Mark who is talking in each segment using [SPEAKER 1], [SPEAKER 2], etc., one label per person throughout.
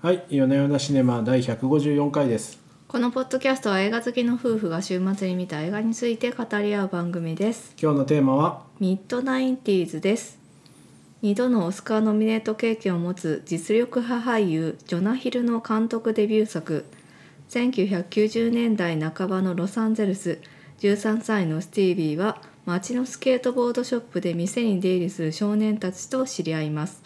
[SPEAKER 1] はい、夜な夜なシネマ第154回です。
[SPEAKER 2] このポッドキャストは映画好きの夫婦が週末に見た映画について語り合う番組です
[SPEAKER 1] 今日のテーマは、
[SPEAKER 2] ミッドナインティーズです2度のオスカーノミネート経験を持つ実力派俳優ジョナヒルの監督デビュー作1990年代半ばのロサンゼルス13歳のスティービーは街のスケートボードショップで店に出入りする少年たちと知り合います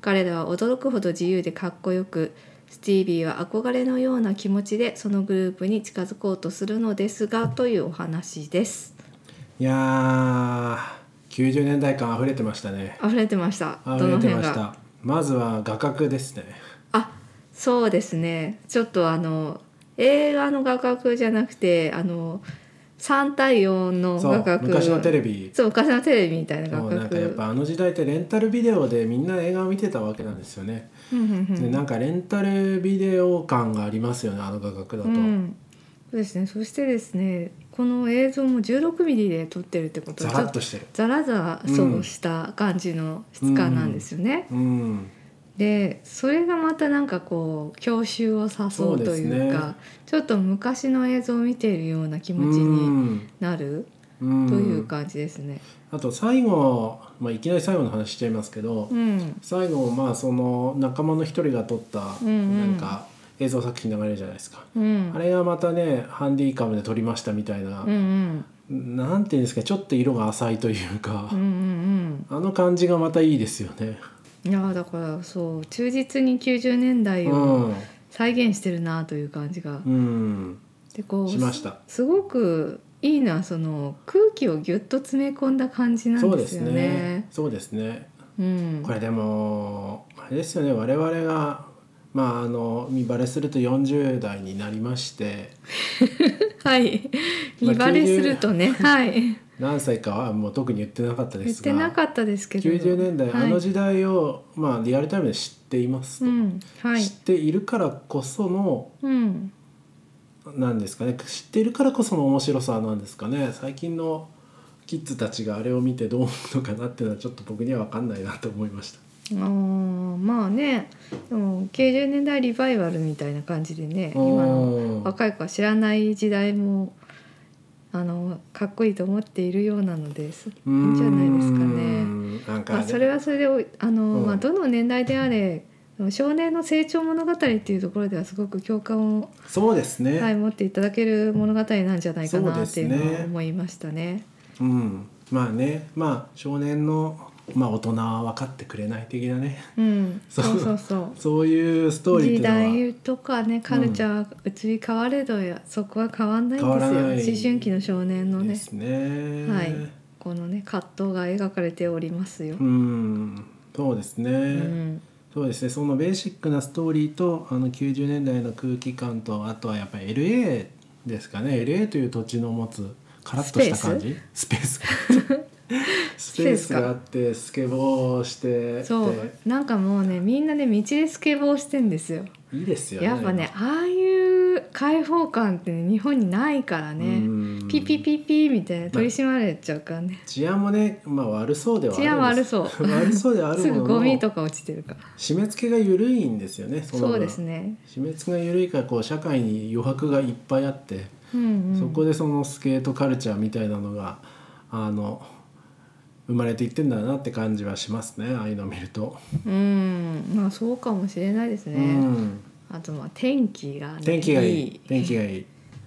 [SPEAKER 2] 彼らは驚くほど自由でかっこよくスティービーは憧れのような気持ちでそのグループに近づこうとするのですがというお話です
[SPEAKER 1] いやー、90年代感溢れてましたね。
[SPEAKER 2] 溢れてましたど
[SPEAKER 1] 溢れ
[SPEAKER 2] の
[SPEAKER 1] て
[SPEAKER 2] 辺
[SPEAKER 1] まし
[SPEAKER 2] が
[SPEAKER 1] た。まずは画角ですね。
[SPEAKER 2] あそうですねちょっとあの映画の画角じゃなくてあの3対4の
[SPEAKER 1] そ
[SPEAKER 2] 画
[SPEAKER 1] う、
[SPEAKER 2] 角
[SPEAKER 1] 昔のテレビ。
[SPEAKER 2] そう昔のテレビみたいな
[SPEAKER 1] も
[SPEAKER 2] 画
[SPEAKER 1] うなんかやっ
[SPEAKER 2] 角
[SPEAKER 1] ぱあの時代ってレンタルビデオでみんな映画を見てたわけなんですよね。
[SPEAKER 2] うんうんうん
[SPEAKER 1] でなんかレンタルビデオ感がありますよね、あの画角だと。
[SPEAKER 2] うん、そうですねそしてですねこの映像も16ミリで撮ってるってこと
[SPEAKER 1] ザ
[SPEAKER 2] は
[SPEAKER 1] ラッとしてる。
[SPEAKER 2] ザラザラそうした感じの質感なんですよね。
[SPEAKER 1] うん。
[SPEAKER 2] でそれがまたなんかこう郷愁を
[SPEAKER 1] そう
[SPEAKER 2] 誘う
[SPEAKER 1] で
[SPEAKER 2] と
[SPEAKER 1] すね
[SPEAKER 2] いうかちょっと昔の映像を見ているような気持ちになる
[SPEAKER 1] うん。
[SPEAKER 2] と
[SPEAKER 1] と
[SPEAKER 2] いう感じですね。
[SPEAKER 1] あと最後、まあ、いきなり最後の話しちゃいますけど、
[SPEAKER 2] うん、
[SPEAKER 1] 最後まあその仲間の一人が撮った
[SPEAKER 2] うんうん
[SPEAKER 1] なんか映像作品流れるじゃないですか、
[SPEAKER 2] うん、
[SPEAKER 1] あれがまたねハンディカムで撮りましたみたいな
[SPEAKER 2] うんう、ん
[SPEAKER 1] なんていうんですかちょっと色が浅いというか
[SPEAKER 2] うんう、ん
[SPEAKER 1] あの感じがまたいいですよね。
[SPEAKER 2] うんいやだからそう忠実に90年代
[SPEAKER 1] う
[SPEAKER 2] を
[SPEAKER 1] ん、
[SPEAKER 2] 再現してるなという感じが
[SPEAKER 1] うん、
[SPEAKER 2] でこう
[SPEAKER 1] しました。
[SPEAKER 2] すごくいいのはその空気をギュッと詰め込んだ感じな
[SPEAKER 1] そ
[SPEAKER 2] ん
[SPEAKER 1] う
[SPEAKER 2] で
[SPEAKER 1] ですす
[SPEAKER 2] よ
[SPEAKER 1] ね
[SPEAKER 2] ね。。
[SPEAKER 1] そうですね。
[SPEAKER 2] うん
[SPEAKER 1] これでもあれですよね。我々がまああの見バレすると40代になりまして、
[SPEAKER 2] はい。
[SPEAKER 1] まあ
[SPEAKER 2] 見バレするとね、はい。
[SPEAKER 1] 何歳かはもう特に言ってなかったで
[SPEAKER 2] 言っ
[SPEAKER 1] すが。
[SPEAKER 2] てなかったですけど。
[SPEAKER 1] 90年代、
[SPEAKER 2] はい
[SPEAKER 1] あの時代を、まあ、リアルタイムで知っています
[SPEAKER 2] う
[SPEAKER 1] と、
[SPEAKER 2] ん、はい
[SPEAKER 1] 知。っているからこその
[SPEAKER 2] うん、
[SPEAKER 1] なんですかね知っているからこその面白さなんですかね最近のキッズたちがあれを見てどう思うのかなっていうのはちょっと僕には分かんないなと思いました。
[SPEAKER 2] あーまあね、でも90年代リバイバルみたいな感じでね、今の
[SPEAKER 1] おー
[SPEAKER 2] 若い子は知らない時代も。あのかっこいいと思っているようなのです。いいんじゃないですか
[SPEAKER 1] うー
[SPEAKER 2] ね。
[SPEAKER 1] んなんか、
[SPEAKER 2] まあ、それはそれでおあの、
[SPEAKER 1] うん
[SPEAKER 2] まあ、どの年代であれ少年の成長物語っていうところではすごく共感を、
[SPEAKER 1] そうですね、
[SPEAKER 2] はい、持っていただける物語なんじゃないかなっていう
[SPEAKER 1] そうです
[SPEAKER 2] の
[SPEAKER 1] ね
[SPEAKER 2] は思いましたね。
[SPEAKER 1] うん、まあねまあ少年の、まあ、大人は分かってくれない的なね
[SPEAKER 2] うん、
[SPEAKER 1] そ
[SPEAKER 2] そううそうそ
[SPEAKER 1] そういうストー
[SPEAKER 2] う
[SPEAKER 1] リーっていう
[SPEAKER 2] 時
[SPEAKER 1] のは
[SPEAKER 2] 代とかねカルチャー移り変われどや、そこは変わんないん
[SPEAKER 1] 変わらない
[SPEAKER 2] ですよ思春期の少年の
[SPEAKER 1] で
[SPEAKER 2] ね
[SPEAKER 1] すね。
[SPEAKER 2] はいこのね葛藤が描かれておりますよ
[SPEAKER 1] う。ん、そうですね、
[SPEAKER 2] うん
[SPEAKER 1] そうですね。そのベーシックなストーリーとあの90年代の空気感とあとはやっぱり LA ですかね。LA という土地の持つカラッとした感じ、スペース、 スペースがあってスケボーをして
[SPEAKER 2] そうなんかもうねみんなね道でスケボーしてんですよ。
[SPEAKER 1] でいいですよね。
[SPEAKER 2] やっぱねああいう開放感ってね、日本にないからね、
[SPEAKER 1] ね
[SPEAKER 2] ピピピピみたいな取り締まれちゃうからね、
[SPEAKER 1] 治安もね、まあ悪そうではあるんです。
[SPEAKER 2] 治安悪そ う
[SPEAKER 1] 悪そうではある
[SPEAKER 2] す
[SPEAKER 1] もの
[SPEAKER 2] ぐ
[SPEAKER 1] の。
[SPEAKER 2] ゴミとか落ちてるから
[SPEAKER 1] 締め付けが緩いんですよね。その
[SPEAKER 2] そ
[SPEAKER 1] 分
[SPEAKER 2] うですね、
[SPEAKER 1] 締め付けが緩いからこう社会に余白がいっぱいあって。
[SPEAKER 2] うんうん、
[SPEAKER 1] そこでそのスケートカルチャーみたいなのがあの生まれていってんだなって感じはしますねああいうのを見ると、
[SPEAKER 2] うんまあそうかもしれないですね、
[SPEAKER 1] うん、
[SPEAKER 2] あとまあ天気がね、
[SPEAKER 1] 天気がいい天気がいい、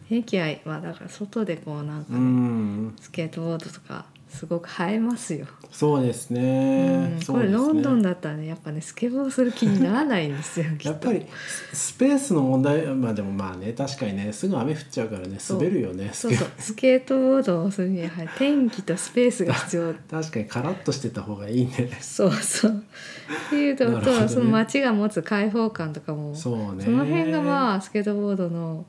[SPEAKER 2] 天気がいいまあだから外でこうなんか
[SPEAKER 1] う
[SPEAKER 2] ね、
[SPEAKER 1] ん、
[SPEAKER 2] スケートボードとかすごく映えますよ、
[SPEAKER 1] そうですね,、
[SPEAKER 2] うん、
[SPEAKER 1] そ
[SPEAKER 2] こ
[SPEAKER 1] う
[SPEAKER 2] れ
[SPEAKER 1] ですね
[SPEAKER 2] ロンドンだったらねやっぱねスケボーする気にならないんですよき
[SPEAKER 1] や
[SPEAKER 2] っ
[SPEAKER 1] っ
[SPEAKER 2] と
[SPEAKER 1] ぱりススペースの問題まあでもまあね確かにねすぐ雨降っちゃうからね
[SPEAKER 2] そう
[SPEAKER 1] 滑るよね
[SPEAKER 2] そうそうスケートボードをするにはやはり天気とスペースが必 要
[SPEAKER 1] 確かにカラッとしてた方がいいね
[SPEAKER 2] そうそうっていうと、
[SPEAKER 1] なるほどね
[SPEAKER 2] とその街が持つ開放感とかも
[SPEAKER 1] そ
[SPEAKER 2] そ,、
[SPEAKER 1] うね
[SPEAKER 2] の辺がまあスケートボードの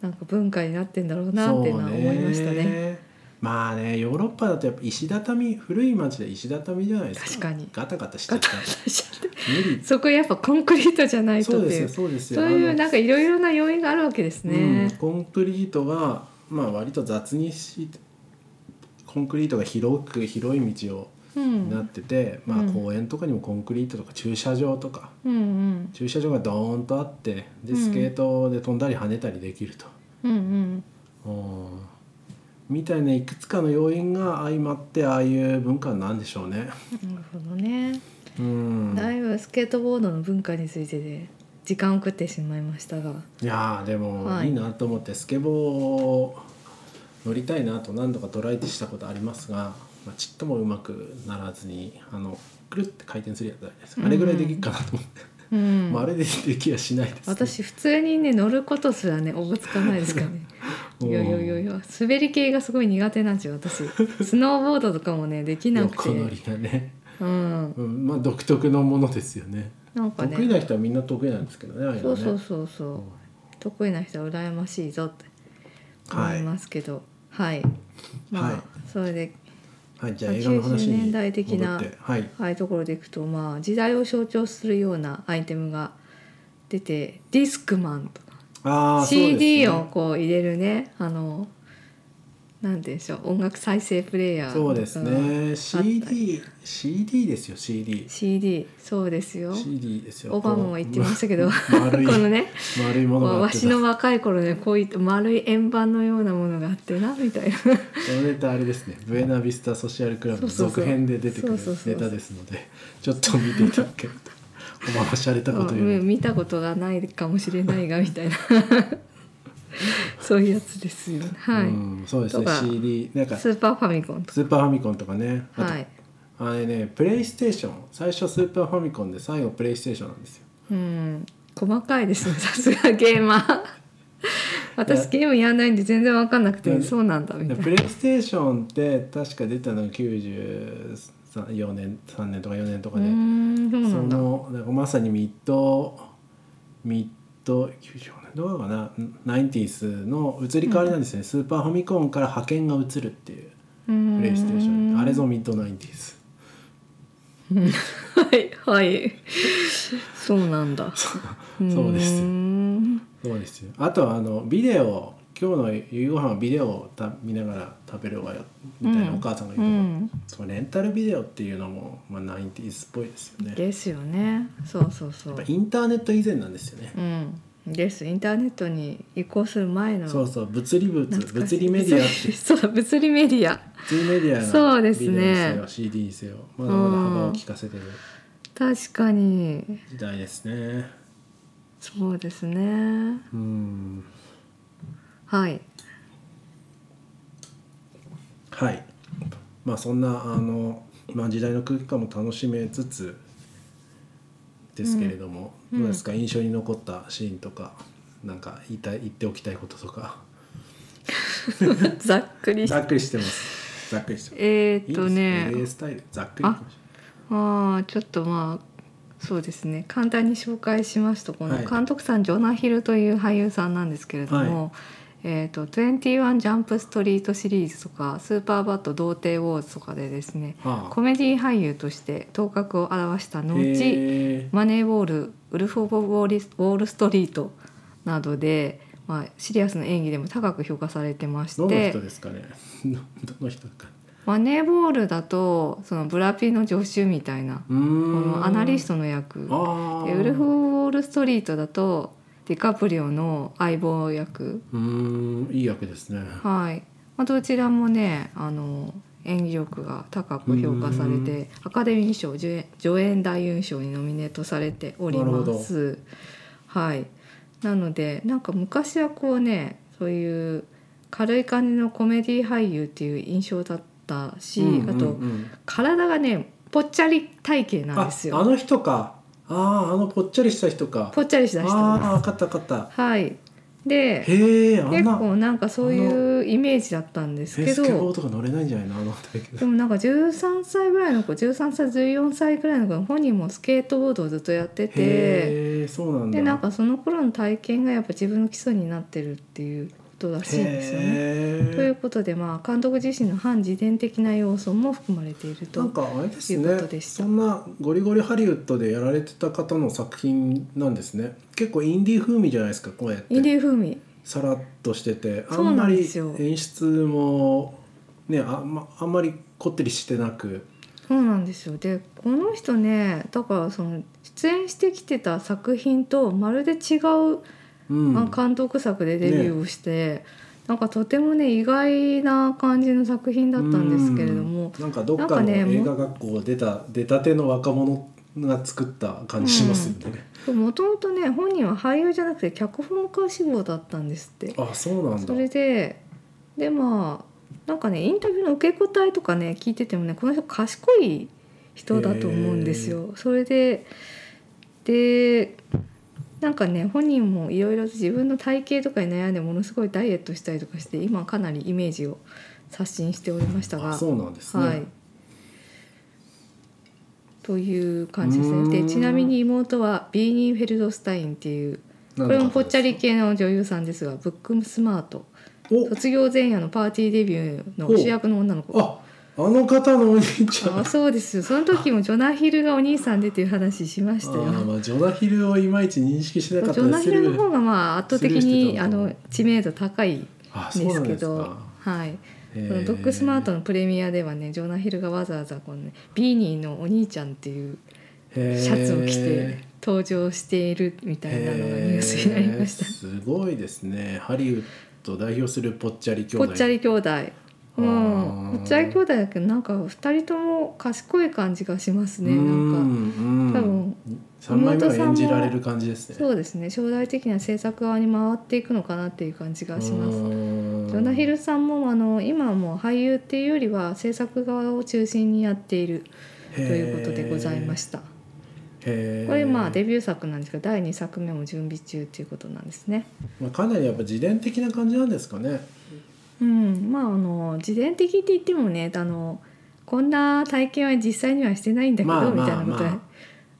[SPEAKER 2] なんか文化になってんだろうなっていうのは思いましたね
[SPEAKER 1] そう まあねヨーロッパだとやっぱ石畳古い町で石畳じゃないですか
[SPEAKER 2] 確かに
[SPEAKER 1] ガタガタしてるから無理
[SPEAKER 2] そこやっぱコンクリートじゃない
[SPEAKER 1] そ
[SPEAKER 2] と
[SPEAKER 1] う
[SPEAKER 2] っ
[SPEAKER 1] で
[SPEAKER 2] て
[SPEAKER 1] す
[SPEAKER 2] い
[SPEAKER 1] よ
[SPEAKER 2] うそう
[SPEAKER 1] そうですよ
[SPEAKER 2] いう
[SPEAKER 1] あの
[SPEAKER 2] なんかいろいろな要因があるわけですね
[SPEAKER 1] うん、コンクリートがまあ割と雑にしてコンクリートが広く広い道を
[SPEAKER 2] うん
[SPEAKER 1] なってて、ま
[SPEAKER 2] う
[SPEAKER 1] あ
[SPEAKER 2] ん
[SPEAKER 1] 公園とかにもコンクリートとか駐車場とか
[SPEAKER 2] うんうん
[SPEAKER 1] 駐車場がドーンとあってで
[SPEAKER 2] うん
[SPEAKER 1] スケートで飛んだり跳ねたりできると、
[SPEAKER 2] うん
[SPEAKER 1] うんみたいないくつかの要因が相まってああいう文化なんでしょうね。
[SPEAKER 2] うんなるほどね、
[SPEAKER 1] うん、
[SPEAKER 2] だいぶスケートボードの文化についてで時間を食ってしまいましたが
[SPEAKER 1] いやーでも
[SPEAKER 2] はい
[SPEAKER 1] いいなと思って、スケボーを乗りたいなと何度かトライしたことありますが、まあ、ちっともうまくならずにあのくるって回転するやつあるじゃないですか、あれぐらいできるかなと思って、
[SPEAKER 2] うん、
[SPEAKER 1] まあ、あれでできはしないです、ね、
[SPEAKER 2] 私普通にね乗ることすらねおぼつかないですから ね
[SPEAKER 1] うん
[SPEAKER 2] いやいやいやいや滑り系がすごい苦手なんですよ 私スノーボードとかもねできなくて
[SPEAKER 1] 横乗りがね、
[SPEAKER 2] うん
[SPEAKER 1] うん、まあ独特のものですよね
[SPEAKER 2] なんか
[SPEAKER 1] 得意
[SPEAKER 2] ね
[SPEAKER 1] な人はみんな得意なんですけどねああいう
[SPEAKER 2] そ
[SPEAKER 1] の
[SPEAKER 2] う
[SPEAKER 1] ね
[SPEAKER 2] そうそうそう得意な人は羨ましいぞって思
[SPEAKER 1] はいい、
[SPEAKER 2] ますけどはい、まあ、
[SPEAKER 1] はい
[SPEAKER 2] それで
[SPEAKER 1] はい、じゃあ映画の話に
[SPEAKER 2] 90年
[SPEAKER 1] 戻っ
[SPEAKER 2] 代的
[SPEAKER 1] て
[SPEAKER 2] な
[SPEAKER 1] はい
[SPEAKER 2] ああいうところでいくとまあ時代を象徴するようなアイテムが出てディスクマンとか
[SPEAKER 1] あーそうですね
[SPEAKER 2] CD をこう入れるねあのなんて言うんでしょう音楽再生プレイヤー
[SPEAKER 1] そうです
[SPEAKER 2] うん
[SPEAKER 1] ね
[SPEAKER 2] たり
[SPEAKER 1] CD CD ですよ CD
[SPEAKER 2] CD そうですよ
[SPEAKER 1] CD ですよ
[SPEAKER 2] オバマも言ってましたけど こ
[SPEAKER 1] この丸い
[SPEAKER 2] のね
[SPEAKER 1] 丸いものがあ
[SPEAKER 2] わ
[SPEAKER 1] って
[SPEAKER 2] し
[SPEAKER 1] た
[SPEAKER 2] の若い頃ねこういった丸い円盤のようなものがあってなみたいな
[SPEAKER 1] このネタあれですね「ブエナビスタ・ソシアル・クラブ」の
[SPEAKER 2] そうそうそ
[SPEAKER 1] 続
[SPEAKER 2] う
[SPEAKER 1] 編で出てくる
[SPEAKER 2] そうそうそう
[SPEAKER 1] ネタですのでちょっと見ていただける とおまましゃれたこと
[SPEAKER 2] う
[SPEAKER 1] 言うんの
[SPEAKER 2] 見たことがないかもしれないがみたい なそういうやつですよねはい、
[SPEAKER 1] うんそうです
[SPEAKER 2] と
[SPEAKER 1] ね
[SPEAKER 2] か
[SPEAKER 1] CD なんか
[SPEAKER 2] ス
[SPEAKER 1] ス
[SPEAKER 2] ーパーファミコンと
[SPEAKER 1] ーパーファミコンとかねあ
[SPEAKER 2] か
[SPEAKER 1] と
[SPEAKER 2] はい
[SPEAKER 1] あれねプレイステーション最初スーパーファミコンで最後プレイステーションなんですよ
[SPEAKER 2] うん細かいですねさすがゲー マー私
[SPEAKER 1] ね
[SPEAKER 2] ゲームやんないんで全然分かんなくて、
[SPEAKER 1] ね
[SPEAKER 2] そうなんだみたい
[SPEAKER 1] で
[SPEAKER 2] な
[SPEAKER 1] プレイステーションって確か出たのが94年3年とか4年とか
[SPEAKER 2] う
[SPEAKER 1] で、
[SPEAKER 2] ーんそうな
[SPEAKER 1] そ
[SPEAKER 2] んだ
[SPEAKER 1] のなんかまさにミッドミッド94年どうなのかなナインティースの移り変わりなんですね、スーパーファミコンから派遣が移るっていうプ
[SPEAKER 2] プ
[SPEAKER 1] レイステーションにあれぞミッドナインティース
[SPEAKER 2] はいはいそうなんだ
[SPEAKER 1] そうです
[SPEAKER 2] ーん
[SPEAKER 1] そうですよあとはあのビデオ今日の夕ご飯はビデオをた見ながら食べるわよみたいなお母さんが言う
[SPEAKER 2] う
[SPEAKER 1] けど、
[SPEAKER 2] ん
[SPEAKER 1] そのレンタルビデオっていうのも、まあ、ナインティースっぽいですよねや
[SPEAKER 2] ですよねそうそうそ
[SPEAKER 1] っ
[SPEAKER 2] う
[SPEAKER 1] ぱインターネット以前なんですよね、
[SPEAKER 2] うんですインターネットに移行する前の
[SPEAKER 1] そうそう物理物
[SPEAKER 2] 懐かし
[SPEAKER 1] 物
[SPEAKER 2] い
[SPEAKER 1] 理メディアっ
[SPEAKER 2] 物
[SPEAKER 1] て
[SPEAKER 2] 理そう物理メディア
[SPEAKER 1] ツイメディア
[SPEAKER 2] そう
[SPEAKER 1] の
[SPEAKER 2] で
[SPEAKER 1] ビ
[SPEAKER 2] す
[SPEAKER 1] デオ
[SPEAKER 2] ね
[SPEAKER 1] にせよ CD にせよまだまだ幅を利かせてる
[SPEAKER 2] 確かに
[SPEAKER 1] 時代ですね
[SPEAKER 2] そうですね
[SPEAKER 1] うん
[SPEAKER 2] はい
[SPEAKER 1] はいまあそんなあの、まあ、時代の空気感も楽しめつつですけれども、
[SPEAKER 2] うん
[SPEAKER 1] どうですか印象に残ったシーンとかなんか言いたい言っておきたいこととか
[SPEAKER 2] ざっくりし
[SPEAKER 1] ざっくりしてますざっくりしてます
[SPEAKER 2] えー
[SPEAKER 1] い
[SPEAKER 2] っ
[SPEAKER 1] い
[SPEAKER 2] と
[SPEAKER 1] です
[SPEAKER 2] ね
[SPEAKER 1] ね LA スタイルざっくりいきましょ
[SPEAKER 2] ああちょっとまあそうですね簡単に紹介しますとこの
[SPEAKER 1] はい
[SPEAKER 2] 監督さん、ジョナヒルという俳優さんなんですけれども、えー、と21ジャンプストリートシリーズとかスーパーバット童貞ウォーズとかでですね
[SPEAKER 1] うは
[SPEAKER 2] コメディ俳優として頭角を現した
[SPEAKER 1] あ
[SPEAKER 2] 後、
[SPEAKER 1] へー
[SPEAKER 2] マネーボールウルフ・オブ・ウォーリスウォール・ストリートなどで、まあ、シリアスな演技でも高く評価されてまし
[SPEAKER 1] どの
[SPEAKER 2] て
[SPEAKER 1] 人ですかね どの人か
[SPEAKER 2] マネーボールだとそのブラピの助手みたいな
[SPEAKER 1] う
[SPEAKER 2] こ
[SPEAKER 1] ーん
[SPEAKER 2] のアナリストの役
[SPEAKER 1] ああ
[SPEAKER 2] でウルフ・ウォール・ストリートだとディカプリオの相棒役
[SPEAKER 1] うーんいい役ですね。
[SPEAKER 2] はい、まあ、どちらもねあの演技力が高く評価され
[SPEAKER 1] う
[SPEAKER 2] てアカデミー賞助演助演男優賞にノミネートされております。はい、なのでなんか昔はこうねそういう軽い感じのコメディ俳優っていう印象だったし、
[SPEAKER 1] うん
[SPEAKER 2] あ
[SPEAKER 1] う
[SPEAKER 2] と
[SPEAKER 1] んうん
[SPEAKER 2] 体がねぽっちゃり体型なん
[SPEAKER 1] あ
[SPEAKER 2] です
[SPEAKER 1] あ
[SPEAKER 2] よ。
[SPEAKER 1] の人か。あああのぽっちゃりした人か。
[SPEAKER 2] ぽっちゃりした人
[SPEAKER 1] ああ
[SPEAKER 2] で
[SPEAKER 1] 分かった分かった。
[SPEAKER 2] す。はい、で
[SPEAKER 1] へえあん
[SPEAKER 2] 結
[SPEAKER 1] な
[SPEAKER 2] 構なんかそういうイメージだったんです
[SPEAKER 1] え
[SPEAKER 2] け
[SPEAKER 1] スケボー
[SPEAKER 2] ど
[SPEAKER 1] とか乗れないんじゃないのあの体
[SPEAKER 2] で
[SPEAKER 1] 型。
[SPEAKER 2] もなんか13歳ぐらいの子13歳14歳ぐらいの子本人もスケートボードをずっとやってて
[SPEAKER 1] へえそうなんだ。
[SPEAKER 2] でなんかその頃の体験がやっぱ自分の基礎になってるっていうことらしいんですよね。とい
[SPEAKER 1] へ
[SPEAKER 2] うことでまあ監督自身の反自伝的な要素も含まれている
[SPEAKER 1] え。なん
[SPEAKER 2] と。
[SPEAKER 1] かあれです
[SPEAKER 2] いうことで
[SPEAKER 1] ね。
[SPEAKER 2] した
[SPEAKER 1] そんなゴリゴリハリウッドでやられてた方の作品なんですね。結構インディー風味じゃないですかこうやっ
[SPEAKER 2] インデ
[SPEAKER 1] て。
[SPEAKER 2] ィー風味
[SPEAKER 1] さらっとしててあ
[SPEAKER 2] そうんな
[SPEAKER 1] ま
[SPEAKER 2] ん
[SPEAKER 1] り
[SPEAKER 2] ですよ
[SPEAKER 1] 演出もねあんまあんまりこってりしてなく。
[SPEAKER 2] そうなんですよでこの人ねだからその出演してきてた作品とまるで違う、
[SPEAKER 1] うん、
[SPEAKER 2] あ監督作でデビューをして、なんかとてもね意外な感じの作品だったんですけれども
[SPEAKER 1] うんなんかどっ
[SPEAKER 2] な
[SPEAKER 1] か
[SPEAKER 2] ん
[SPEAKER 1] の
[SPEAKER 2] かね
[SPEAKER 1] 映画学校出た出たての若者が作った感じしますよね、
[SPEAKER 2] もともとね本人は俳優じゃなくて脚本家志望だったんですって。
[SPEAKER 1] あそうなんだ
[SPEAKER 2] それででまあなんかねインタビューの受け答えとかね聞いててもねこの人賢い人だと思うんですよ。それででなんかね本人もいろいろ自分の体型とかに悩んでものすごいダイエットしたりとかして今かなりイメージを刷新しておりました
[SPEAKER 1] あ
[SPEAKER 2] が。
[SPEAKER 1] そうなんですね、
[SPEAKER 2] はい。という感じです
[SPEAKER 1] うーん
[SPEAKER 2] ね。でちなみに妹はビーニー・フェルドスタインっていう
[SPEAKER 1] な
[SPEAKER 2] こ
[SPEAKER 1] ん
[SPEAKER 2] れ
[SPEAKER 1] だか
[SPEAKER 2] もぽっちゃり系の女優さんですがブックスマート
[SPEAKER 1] お
[SPEAKER 2] 卒業前夜のパーティーデビューの主役の女の子
[SPEAKER 1] ああの方のお兄ちゃん
[SPEAKER 2] あそうですよその時もジョナヒルがお兄さんでっていう話しましたよ
[SPEAKER 1] あーまあジョナヒルをいまいち認識してなかっ
[SPEAKER 2] ジ
[SPEAKER 1] た
[SPEAKER 2] ョ
[SPEAKER 1] で
[SPEAKER 2] ナ
[SPEAKER 1] す
[SPEAKER 2] ヒルの方がまあ圧倒的
[SPEAKER 1] スルーして
[SPEAKER 2] に
[SPEAKER 1] た
[SPEAKER 2] あ
[SPEAKER 1] のか
[SPEAKER 2] の知名度高いん
[SPEAKER 1] あそう
[SPEAKER 2] で
[SPEAKER 1] な
[SPEAKER 2] す
[SPEAKER 1] ん
[SPEAKER 2] け
[SPEAKER 1] です
[SPEAKER 2] ど
[SPEAKER 1] か
[SPEAKER 2] はい
[SPEAKER 1] こ
[SPEAKER 2] このドッグスマートのプレミアではねジョナヒルがわざわざこの、ね、ビーニーのお兄ちゃんっていう
[SPEAKER 1] シ
[SPEAKER 2] シャツを着て登場しているみたいなのがニュースになりました
[SPEAKER 1] すごいですねハリウッド代表するぽっちゃり兄
[SPEAKER 2] ぽ
[SPEAKER 1] 弟
[SPEAKER 2] っちゃり兄弟うん
[SPEAKER 1] あー
[SPEAKER 2] ぽっちゃり兄弟だけどなんか二人とも賢い感じがしますね
[SPEAKER 1] う
[SPEAKER 2] なんか
[SPEAKER 1] ん
[SPEAKER 2] 多
[SPEAKER 1] うん
[SPEAKER 2] 分
[SPEAKER 1] 三枚目は
[SPEAKER 2] 妹さんも
[SPEAKER 1] 演じられる感じですね
[SPEAKER 2] そうですね将来的な制作側に回っていくのかなっていう感じがします
[SPEAKER 1] うん
[SPEAKER 2] ジョナヒルさんもあの今はもう俳優っていうよりは制作側を中心にやっている
[SPEAKER 1] と
[SPEAKER 2] ということでございました
[SPEAKER 1] へー
[SPEAKER 2] これまあデビュー作なんですけど第2作目も準備中ということなんですね
[SPEAKER 1] まあかなりやっぱ自伝的な感じなんですかね
[SPEAKER 2] うん、まああの自伝的って言ってもねあのこんな体験は実際にはしてないんだけど、
[SPEAKER 1] まあまあ
[SPEAKER 2] みたいなこと
[SPEAKER 1] ま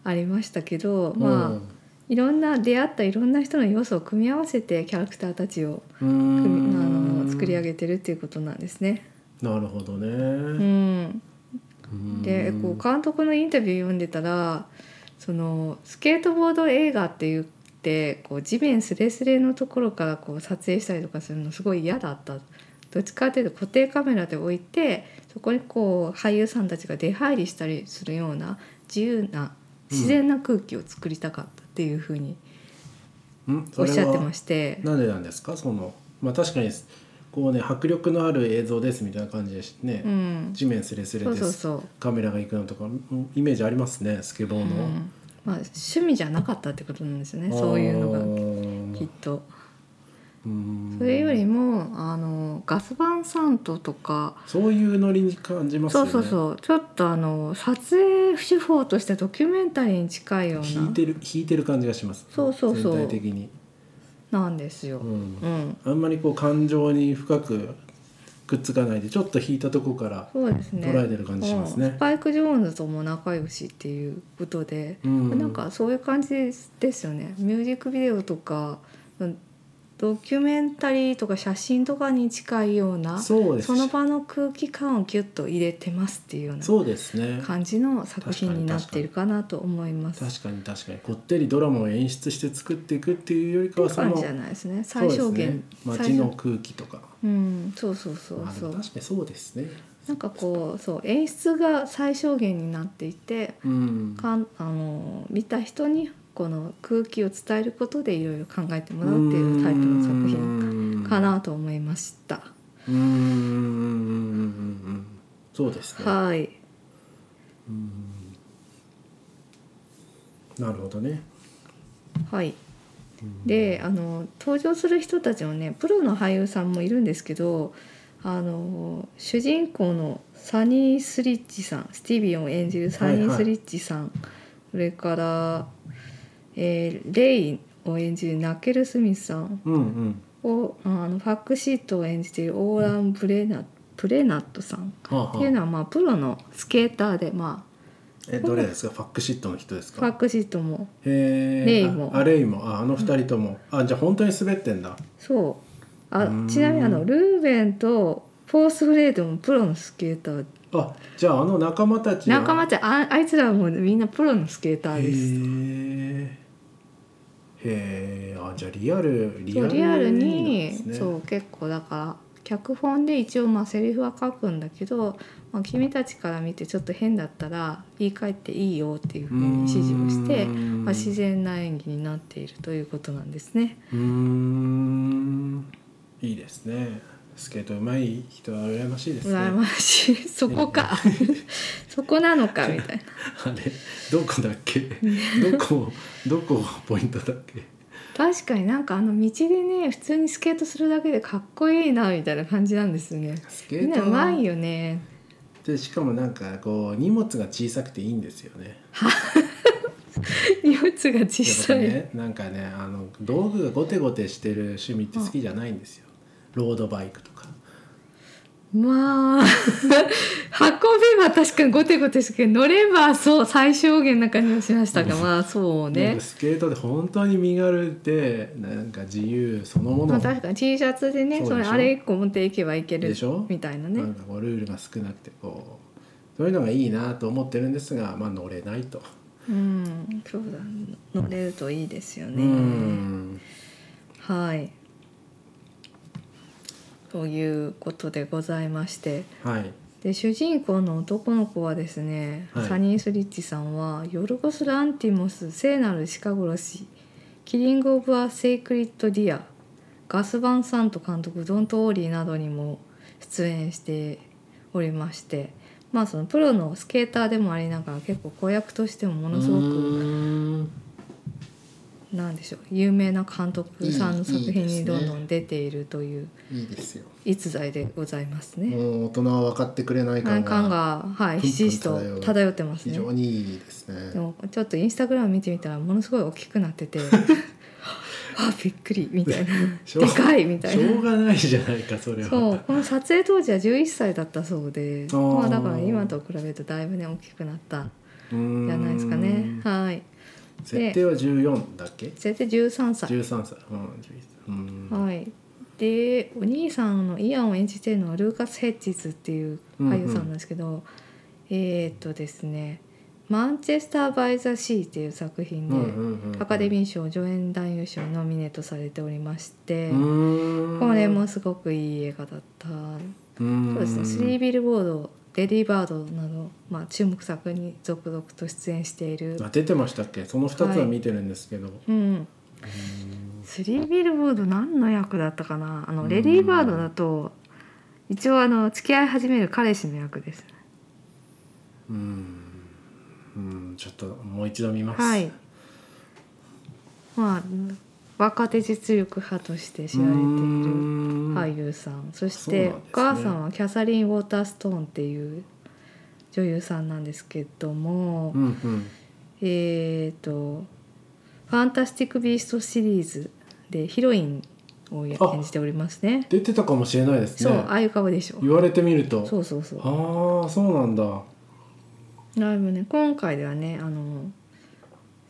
[SPEAKER 2] ありましたけど、まあいろんな出会ったいろんな人の要素を組み合わせてキャラクターたちを
[SPEAKER 1] う
[SPEAKER 2] 組み
[SPEAKER 1] ん
[SPEAKER 2] あの作り上げてるっていうことなんですね。
[SPEAKER 1] なるほどね、
[SPEAKER 2] うん、
[SPEAKER 1] うん
[SPEAKER 2] でこう監督のインタビュー読んでたらそのスケートボード映画って言ってこう地面すれすれのところからこう撮影したりとかするのすごい嫌だったどっちかっていうと固定カメラで置いてそこにこう俳優さんたちが出入りしたりするような自由な自然な空気を作りたかったっていうふうに
[SPEAKER 1] うんそ
[SPEAKER 2] おっ
[SPEAKER 1] れ
[SPEAKER 2] しゃってま
[SPEAKER 1] は
[SPEAKER 2] して、
[SPEAKER 1] なんでなんですかそのまあ確かにこうね迫力のある映像ですみたいな感じですね、
[SPEAKER 2] うん、
[SPEAKER 1] 地面すれすれ
[SPEAKER 2] そう
[SPEAKER 1] です
[SPEAKER 2] そうそう、
[SPEAKER 1] カメラが行くのとかうんイメージありますねスケボー
[SPEAKER 2] う
[SPEAKER 1] の、
[SPEAKER 2] んまあ、趣味じゃなかったってことなんですよねそういうのがきっと。
[SPEAKER 1] うん
[SPEAKER 2] それよりもあのガスバンサントとか、
[SPEAKER 1] そういうノリに感じます
[SPEAKER 2] そ
[SPEAKER 1] よ
[SPEAKER 2] う
[SPEAKER 1] ね
[SPEAKER 2] そうそうちょっとあの撮影手法としてドキュメンタリーに近いよ
[SPEAKER 1] 引いうてる引いてる感じがします
[SPEAKER 2] そうそうそう
[SPEAKER 1] 全体的に、
[SPEAKER 2] ななんですよ
[SPEAKER 1] う。ん
[SPEAKER 2] うん、
[SPEAKER 1] あんまりこう感情に深くくっつかないでちょっと引いたとこから
[SPEAKER 2] そうですね。
[SPEAKER 1] 捉えてる感じしますね
[SPEAKER 2] うんスパイク・ジョーンズとも仲良しっていうことで、
[SPEAKER 1] うん
[SPEAKER 2] なんかそういう感じですですよね。ミュージックビデオとかドキュメンタリーとか写真とかに近いような
[SPEAKER 1] そうです
[SPEAKER 2] その場の空気感をギュッと入れてますっていうような
[SPEAKER 1] そうですね
[SPEAKER 2] 感じの作品になっているかなと思います。
[SPEAKER 1] 確かに確かにこってりドラマを演出して作っていくっていうよりかは
[SPEAKER 2] って
[SPEAKER 1] そ
[SPEAKER 2] 感
[SPEAKER 1] の
[SPEAKER 2] じじゃないですね。最小
[SPEAKER 1] そうです
[SPEAKER 2] 限
[SPEAKER 1] ね、街の
[SPEAKER 2] 最小
[SPEAKER 1] 空気とか
[SPEAKER 2] うん、そうそうそうそ
[SPEAKER 1] あ
[SPEAKER 2] う
[SPEAKER 1] 確。かにそうですね
[SPEAKER 2] なんかこうそう演出が最小限になっていて、
[SPEAKER 1] うん
[SPEAKER 2] かんあの見た人にこの空気を伝えることでいろいろ考えてもらうっていうタイプの作品
[SPEAKER 1] 品
[SPEAKER 2] かなと思いました。
[SPEAKER 1] うーんそうですね
[SPEAKER 2] はい。
[SPEAKER 1] うんなるほどね
[SPEAKER 2] はい。であの登場する人たちもねプロの俳優さんもいるんですけどあの主人公のサニー・スリッチさんスティービーを演じるサニ
[SPEAKER 1] はいは
[SPEAKER 2] ー・
[SPEAKER 1] い
[SPEAKER 2] スリッチさん、それから、えーレイを演じるナケル・スミスさん
[SPEAKER 1] うんうん
[SPEAKER 2] をあのファックシートを演じているオーラン・ブレナプレナットさんっ
[SPEAKER 1] はあはあ
[SPEAKER 2] ていうのは、まあ、プロのスケーターで、ま
[SPEAKER 1] えどれですかファックシットの人です
[SPEAKER 2] あ、ファッ
[SPEAKER 1] か
[SPEAKER 2] クシートも
[SPEAKER 1] へえ
[SPEAKER 2] レイも
[SPEAKER 1] あレイもああの二人とも、あじゃあ本当に滑ってんだ
[SPEAKER 2] そうあ
[SPEAKER 1] うん
[SPEAKER 2] ちなみにあのルーベンとフォースフレードもプロのスケーター
[SPEAKER 1] あじゃああの仲間たちは
[SPEAKER 2] 仲間たちああいつらもみんなプロのスケーターです。
[SPEAKER 1] へえへえあじゃあリアルリ
[SPEAKER 2] そうリアルに
[SPEAKER 1] なんですね
[SPEAKER 2] そう結構だから脚本で一応まあセリフは書くんだけど、まあ、君たちから見てちょっと変だったら言い換えていいよっていうふうに指示をして、まあ、自然な演技になっているということなんですね。
[SPEAKER 1] うーんいいですねスケート上手い人は羨ましいですね
[SPEAKER 2] 羨ましいそこ かそこなのかみたいな。
[SPEAKER 1] あれどこだっけどこどこがポイントだっけ
[SPEAKER 2] 確かになんかあの道でね普通にスケートするだけでかっこいいなみたいな感じなんですね。
[SPEAKER 1] スケ
[SPEAKER 2] みん
[SPEAKER 1] ー
[SPEAKER 2] な
[SPEAKER 1] ト
[SPEAKER 2] うまいよね。
[SPEAKER 1] でしかもなんかこう荷物が小さくていいんですよね
[SPEAKER 2] 荷物が小さい。
[SPEAKER 1] やっぱねなんかねあの道具がゴテゴテしてる趣味って好きじゃないんですよロードバイクとか
[SPEAKER 2] まあ運べば確かにゴテゴテするけど乗ればそう最小限な感じはしましたがまあそう
[SPEAKER 1] なん
[SPEAKER 2] ね
[SPEAKER 1] か。スケートで本当に身軽でなんか自由そのもの
[SPEAKER 2] まあ、確かに T シャツでね
[SPEAKER 1] そうでし
[SPEAKER 2] そ
[SPEAKER 1] ょ
[SPEAKER 2] れあれ一個持っていけばいける
[SPEAKER 1] でしょ
[SPEAKER 2] みたいな
[SPEAKER 1] なん
[SPEAKER 2] ね
[SPEAKER 1] かこうルールが少なくてこうそういうのがいいなと思ってるんですが、まあ、乗れないと。
[SPEAKER 2] うんそうだ乗れるといいですよ
[SPEAKER 1] う
[SPEAKER 2] ね
[SPEAKER 1] ん
[SPEAKER 2] はいということでございまして
[SPEAKER 1] はい、
[SPEAKER 2] で主人公の男の子はですね、
[SPEAKER 1] はい
[SPEAKER 2] サニー・スリッチさんは「ヨルゴス・ランティモス聖なる鹿殺し」「キリング・オブ・ア・セイクリッド・ディア」「ガス・バン・サント監督ドント・オーリー」などにも出演しておりましてまあそのプロのスケーターでもありながら結構子役としてもものすご
[SPEAKER 1] う
[SPEAKER 2] く
[SPEAKER 1] ーん
[SPEAKER 2] なんでしょう有名な監督さんの作
[SPEAKER 1] いい
[SPEAKER 2] 品
[SPEAKER 1] いいですね
[SPEAKER 2] にどんどん出ているという
[SPEAKER 1] いいですよ。
[SPEAKER 2] 逸材でございますね。
[SPEAKER 1] もう大人は分かってくれない感
[SPEAKER 2] 感
[SPEAKER 1] が
[SPEAKER 2] が、はい、ひしひしと漂ってます
[SPEAKER 1] 非
[SPEAKER 2] ね。
[SPEAKER 1] 常にいいですね。
[SPEAKER 2] でもちょっとインスタグラム見てみたらものすごい大きくなって てあびっくりみたいな
[SPEAKER 1] しょう
[SPEAKER 2] でかいみたい
[SPEAKER 1] しょう
[SPEAKER 2] な
[SPEAKER 1] がないじゃないかそれは。
[SPEAKER 2] そうこの撮影当時は11歳だったそうで
[SPEAKER 1] あー
[SPEAKER 2] まあだから今と比べるとだいぶね大きくなったん
[SPEAKER 1] うーん
[SPEAKER 2] じゃないですかねはい
[SPEAKER 1] 設定は14だっけ
[SPEAKER 2] それで13歳
[SPEAKER 1] 13歳。うん11歳うん
[SPEAKER 2] はいでお兄さんのイアンを演じてるのはルーカス・ヘッジズっていう俳優さんなんですけど、えーっとですね「マンチェスター・バイ・ザ・シー」っていう作品で、アカデミー賞助演男優賞にノミネートされておりまして、これもすごくいい映画だった、そうですね「スリービルボード」「レディーバード」など、まあ、注目作に続々と出演している
[SPEAKER 1] あ出てましたっけその2つは見てるんですけど、
[SPEAKER 2] うんスリービルボード何の役だったかなあ
[SPEAKER 1] う
[SPEAKER 2] の
[SPEAKER 1] ん
[SPEAKER 2] レディーバードだと一応あの付き合い始める彼氏の役です
[SPEAKER 1] うんうんちょっともう一度見ます
[SPEAKER 2] はいまあ若手実力派として知られている俳優さんそし
[SPEAKER 1] そうなん
[SPEAKER 2] て
[SPEAKER 1] ですね
[SPEAKER 2] お母さんはキャサリン・ウォーターストーンっていう女優さんなんですけども、
[SPEAKER 1] うんうん
[SPEAKER 2] えっ、と「ファンタスティック・ビースト」シリーズでヒロインをや
[SPEAKER 1] あ
[SPEAKER 2] 演じておりますね
[SPEAKER 1] 出てたかもしれないです
[SPEAKER 2] そう、
[SPEAKER 1] ね
[SPEAKER 2] ああいう顔でしょ
[SPEAKER 1] 言われてみると
[SPEAKER 2] そうそうそう
[SPEAKER 1] ああそうなんだ
[SPEAKER 2] だいぶね今回ではねあの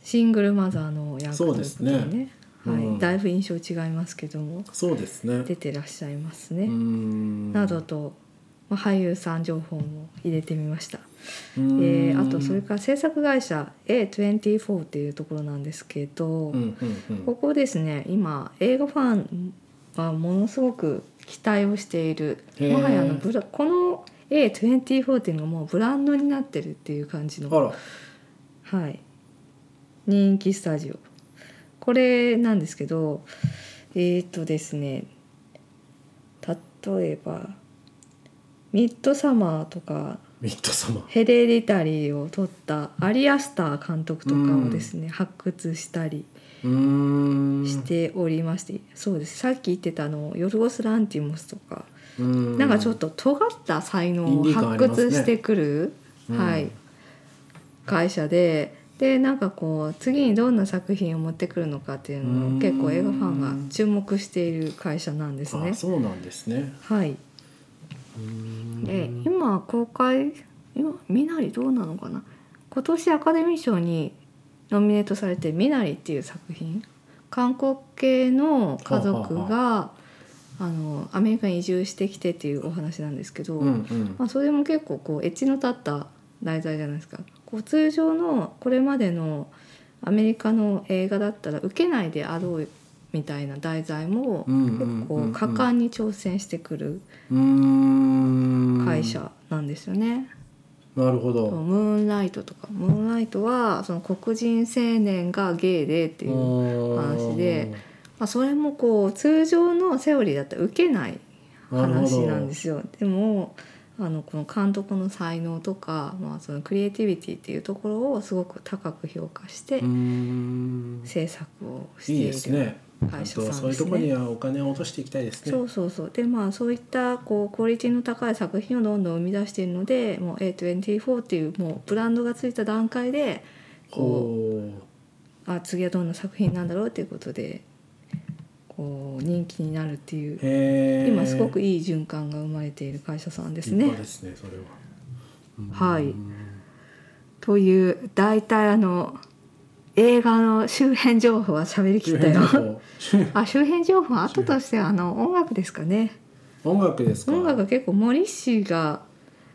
[SPEAKER 2] シングルマザーの役
[SPEAKER 1] そうですね
[SPEAKER 2] ということでねはい
[SPEAKER 1] うん
[SPEAKER 2] だいぶ印象違いますけども
[SPEAKER 1] そうですね
[SPEAKER 2] 出てらっしゃいます
[SPEAKER 1] う
[SPEAKER 2] ね、
[SPEAKER 1] ん
[SPEAKER 2] などと、まあ、俳優さん情報も入れてみました
[SPEAKER 1] え
[SPEAKER 2] えーあとそれから制作会社 A24 っていうところなんですけど、
[SPEAKER 1] うんうんうん
[SPEAKER 2] ここですね今映画ファンはものすごく期待をしている
[SPEAKER 1] へー
[SPEAKER 2] もはやあのブラこの A24 っていうのがもうブランドになってるっていう感じの、
[SPEAKER 1] あら
[SPEAKER 2] はい、人気スタジオこれなんですけどえっ、とですね例えば「ミッドサマー」とか
[SPEAKER 1] ミッド様
[SPEAKER 2] ヘレディタリーを撮ったアリアスター監督とかをですね、発掘したり
[SPEAKER 1] うーん
[SPEAKER 2] しておりまして、そうですさっき言ってたあのヨルゴス・ランティモスとか、
[SPEAKER 1] うん
[SPEAKER 2] なんかちょっと尖った才能
[SPEAKER 1] イン
[SPEAKER 2] を
[SPEAKER 1] ディー感あ
[SPEAKER 2] 発
[SPEAKER 1] りますね
[SPEAKER 2] 掘してくる、
[SPEAKER 1] うん
[SPEAKER 2] はい、会社で。でなんかこう次にどんな作品を持ってくるのかっていうのを結構映画ファンが注目している会社なんですね
[SPEAKER 1] あ。そうなんですね
[SPEAKER 2] はい、で今公開今みなりどうなのかな今年アカデミー賞にノミネートされて「みなり」っていう作品韓国系の家族が
[SPEAKER 1] はあ
[SPEAKER 2] あのアメリカに移住してきてっていうお話なんですけど、
[SPEAKER 1] うんうん
[SPEAKER 2] まあ、それも結構こうエッジの立った題材じゃないですか。こう通常のこれまでのアメリカの映画だったら受けないであろうみたいな題材も
[SPEAKER 1] うんうん
[SPEAKER 2] 結
[SPEAKER 1] うんう
[SPEAKER 2] 構
[SPEAKER 1] ん
[SPEAKER 2] 果敢に挑戦してくる
[SPEAKER 1] うーん
[SPEAKER 2] 会社なんですよね。
[SPEAKER 1] なるほ
[SPEAKER 2] そう
[SPEAKER 1] ど
[SPEAKER 2] ムーンライトとかムーンライトはその黒人青年がゲイでっていう、ま話であ、それもこう通常のセオリーだったら受けない話なんですすよ。でもあのこの監督の才能とか、まあ、そのクリエイティビティっていうところをすごく高く評価して
[SPEAKER 1] うーん
[SPEAKER 2] 制作をして
[SPEAKER 1] いい
[SPEAKER 2] いる
[SPEAKER 1] ですね
[SPEAKER 2] 会社
[SPEAKER 1] ちゃんと
[SPEAKER 2] さん
[SPEAKER 1] そういう
[SPEAKER 2] で
[SPEAKER 1] と
[SPEAKER 2] す
[SPEAKER 1] ころに
[SPEAKER 2] ね。
[SPEAKER 1] はお金を落としていきたいですね
[SPEAKER 2] そうそうそうでまあそういったこうクオリティの高い作品をどんどん生み出しているのでもう A24 っていうもうブランドがついた段階でこ
[SPEAKER 1] ほ
[SPEAKER 2] うあ次はどんな作品なんだろうっていうことでこう人気になるっていう
[SPEAKER 1] うへー
[SPEAKER 2] 今すごくいい循環が生まれている会社さんです
[SPEAKER 1] 立
[SPEAKER 2] ね
[SPEAKER 1] 派。ですねそれはうん
[SPEAKER 2] はいという大体あの映画の周辺情報は喋りき
[SPEAKER 1] 周
[SPEAKER 2] った
[SPEAKER 1] 辺
[SPEAKER 2] よ
[SPEAKER 1] 情。報
[SPEAKER 2] あ周辺情報あととしてはあの音楽ですかね。
[SPEAKER 1] 音楽ですか
[SPEAKER 2] 音楽は結構森氏が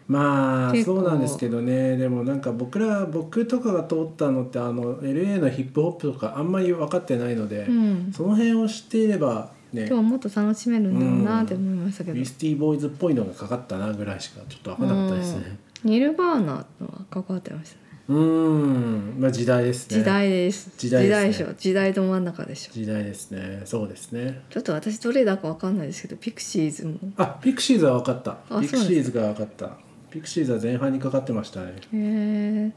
[SPEAKER 1] まあ
[SPEAKER 2] 結
[SPEAKER 1] そ
[SPEAKER 2] 構
[SPEAKER 1] うなんですけどねでもなんか僕ら僕とかが通ったのってあの LA のヒップホップとかあんまり分かってないので、
[SPEAKER 2] うん
[SPEAKER 1] その辺を知っていればね
[SPEAKER 2] 今日もっと楽しめるんだろうなって思いましたけ
[SPEAKER 1] ウ
[SPEAKER 2] ど、
[SPEAKER 1] ィスティーボーイズっぽいのがかかったなぐらいしかちょっと分かんなかったですね
[SPEAKER 2] ニルバーナのは関わってましたね。
[SPEAKER 1] うーんまあ時代ですね
[SPEAKER 2] 時代です。
[SPEAKER 1] 時代ですね
[SPEAKER 2] 時代でしょ。時代ど真ん中でしょ。
[SPEAKER 1] 時代ですねそうですね
[SPEAKER 2] ちょっと私どれだかわかんないですけど、ピクシーズも。
[SPEAKER 1] あピクシーズは分かった
[SPEAKER 2] そう
[SPEAKER 1] ピ
[SPEAKER 2] です
[SPEAKER 1] ク
[SPEAKER 2] か
[SPEAKER 1] シーズが分かったピクシーズは前半にかかってましたね
[SPEAKER 2] へー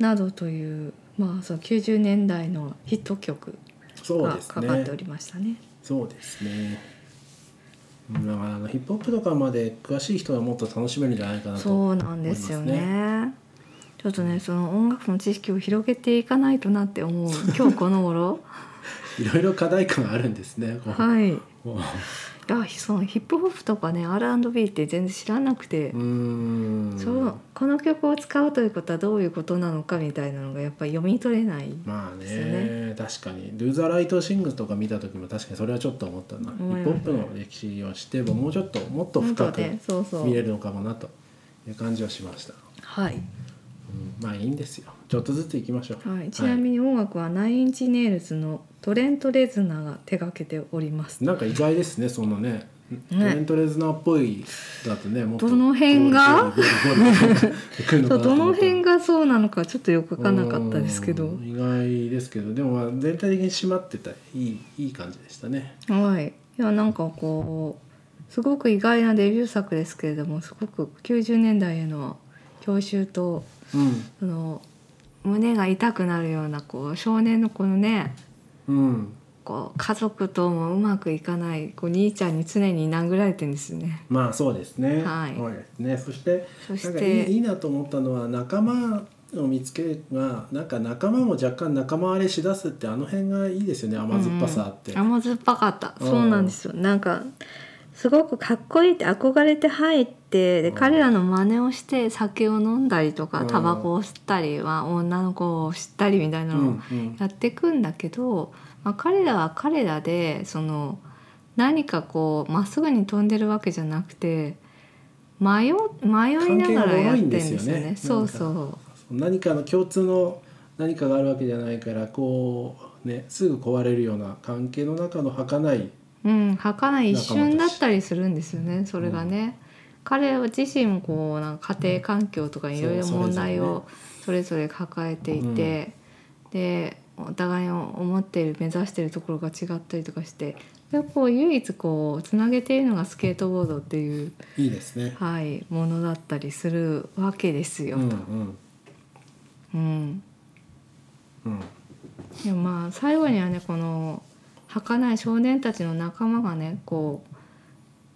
[SPEAKER 2] などというまあその90年代のヒット曲
[SPEAKER 1] そう
[SPEAKER 2] が
[SPEAKER 1] です
[SPEAKER 2] か
[SPEAKER 1] ね
[SPEAKER 2] かっておりましたね。
[SPEAKER 1] そうですねうんだからあのヒップホップとかまで詳しい人はもっと楽しめるんじゃないかなと
[SPEAKER 2] そうなんですよね
[SPEAKER 1] 思い
[SPEAKER 2] ちょっとねその音楽の知識を広げていかないとなって思う今日この頃
[SPEAKER 1] いろいろ課題感があるんですねこう
[SPEAKER 2] はいい
[SPEAKER 1] こう
[SPEAKER 2] やそのヒップホップとかね R&B って全然知らなくて、
[SPEAKER 1] うーん
[SPEAKER 2] そうこの曲を使うということはどういうことなのかみたいなのがやっぱり読み取れない
[SPEAKER 1] まあ
[SPEAKER 2] ですよ
[SPEAKER 1] ね確かに「Do the Right Things」とか見た時も確かにそれはちょっと思ったなヒ
[SPEAKER 2] 思いま
[SPEAKER 1] ッ
[SPEAKER 2] す
[SPEAKER 1] プホップの歴史を知ってももうちょっともっと
[SPEAKER 2] 本当
[SPEAKER 1] 深く
[SPEAKER 2] ねそうそう
[SPEAKER 1] 見れるのかもなという感じはしました、
[SPEAKER 2] はい、
[SPEAKER 1] うん、まあいいんですよちょっとずついきましょう、
[SPEAKER 2] はい、ちなみに音楽はナインチネイルズのトレント・レズナーが手掛けております
[SPEAKER 1] なんか意外ですねそのねトレントレズナーっぽいだとねもっと
[SPEAKER 2] どの辺が
[SPEAKER 1] ゴリゴリゴリゴリゴリ来るのかなと
[SPEAKER 2] そうど
[SPEAKER 1] 思
[SPEAKER 2] の
[SPEAKER 1] った
[SPEAKER 2] 辺がそうなのかちょっとよく分かんなかったですけど
[SPEAKER 1] うん意外ですけどでもまあ全体的に締まってたいいいい感じでしたね
[SPEAKER 2] はいいやなんかこうすごく意外なデビュー作ですけれどもすごく90年代への郷愁と
[SPEAKER 1] うん
[SPEAKER 2] その胸が痛くなるようなこう少年のこのね
[SPEAKER 1] うん
[SPEAKER 2] こう家族ともうまくいかないこう兄ちゃんに常に殴られてるんですよね。
[SPEAKER 1] まあそうですね。
[SPEAKER 2] はい
[SPEAKER 1] そうですね。そして
[SPEAKER 2] そして
[SPEAKER 1] なんかいいいいなと思ったのは仲間を見つけるがなんか仲間も若干仲間割れしだすってあの辺がいいですよね甘酸っぱさって。
[SPEAKER 2] うん甘酸っぱかった
[SPEAKER 1] うん
[SPEAKER 2] そうなんですよなんかすごくかっこいいって憧れて入ってで
[SPEAKER 1] うん
[SPEAKER 2] 彼らの真似をして酒を飲んだりと
[SPEAKER 1] う
[SPEAKER 2] か
[SPEAKER 1] ん
[SPEAKER 2] タバコを吸ったり、まあ、女の子を知ったりみたいな
[SPEAKER 1] うんう
[SPEAKER 2] のを
[SPEAKER 1] ん
[SPEAKER 2] やっていくんだけど、まあ、彼らは彼らでその何かこうまっすぐに飛んでるわけじゃなくて迷迷いながらやってる
[SPEAKER 1] 関
[SPEAKER 2] んですよ
[SPEAKER 1] 係が脆いん
[SPEAKER 2] ね。
[SPEAKER 1] ですよね
[SPEAKER 2] そうそう
[SPEAKER 1] 何かの共通の何かがあるわけじゃないからこうねすぐ壊れるような関係の中の儚い。
[SPEAKER 2] うん、儚い一瞬だったりするんですよねそれがね、彼自身もこうなんか家庭環境とかいろいろ
[SPEAKER 1] そう
[SPEAKER 2] 問題
[SPEAKER 1] それぞれね
[SPEAKER 2] をそれぞれ抱えていて、でお互いを思っている目指しているところが違ったりとかしてでこう唯一こうつなげているのがスケートボードっていう、
[SPEAKER 1] いいですね。
[SPEAKER 2] はい、ものだったりするわけですよ。
[SPEAKER 1] うんうん
[SPEAKER 2] うん
[SPEAKER 1] うん。
[SPEAKER 2] でもまあ最後にはねこの儚い少年たちの仲間がねこう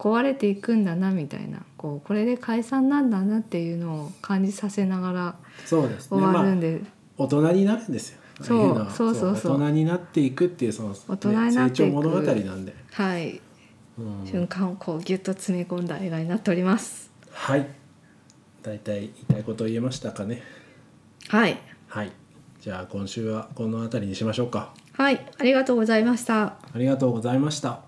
[SPEAKER 2] 壊れていくんだなみたいなこうこれで解散なんだなっていうのを感じさせながら
[SPEAKER 1] そうですね。
[SPEAKER 2] 終わ
[SPEAKER 1] まあ
[SPEAKER 2] るんで、
[SPEAKER 1] 大人になるんですよ。
[SPEAKER 2] そう
[SPEAKER 1] ああいのは
[SPEAKER 2] そうそうそう
[SPEAKER 1] 大人になっていくっていうその、ね
[SPEAKER 2] 大人になって
[SPEAKER 1] 成
[SPEAKER 2] いく
[SPEAKER 1] 長物語なんで。
[SPEAKER 2] はい、
[SPEAKER 1] うん
[SPEAKER 2] 瞬間をこうギュッと詰め込んだ映画になっております。
[SPEAKER 1] はい。大体言いたいこと言えましたかね。
[SPEAKER 2] はい、
[SPEAKER 1] はい。じゃあ今週はこの辺りにしましょうか。
[SPEAKER 2] はい、ありがとうございました。
[SPEAKER 1] ありがとうございました。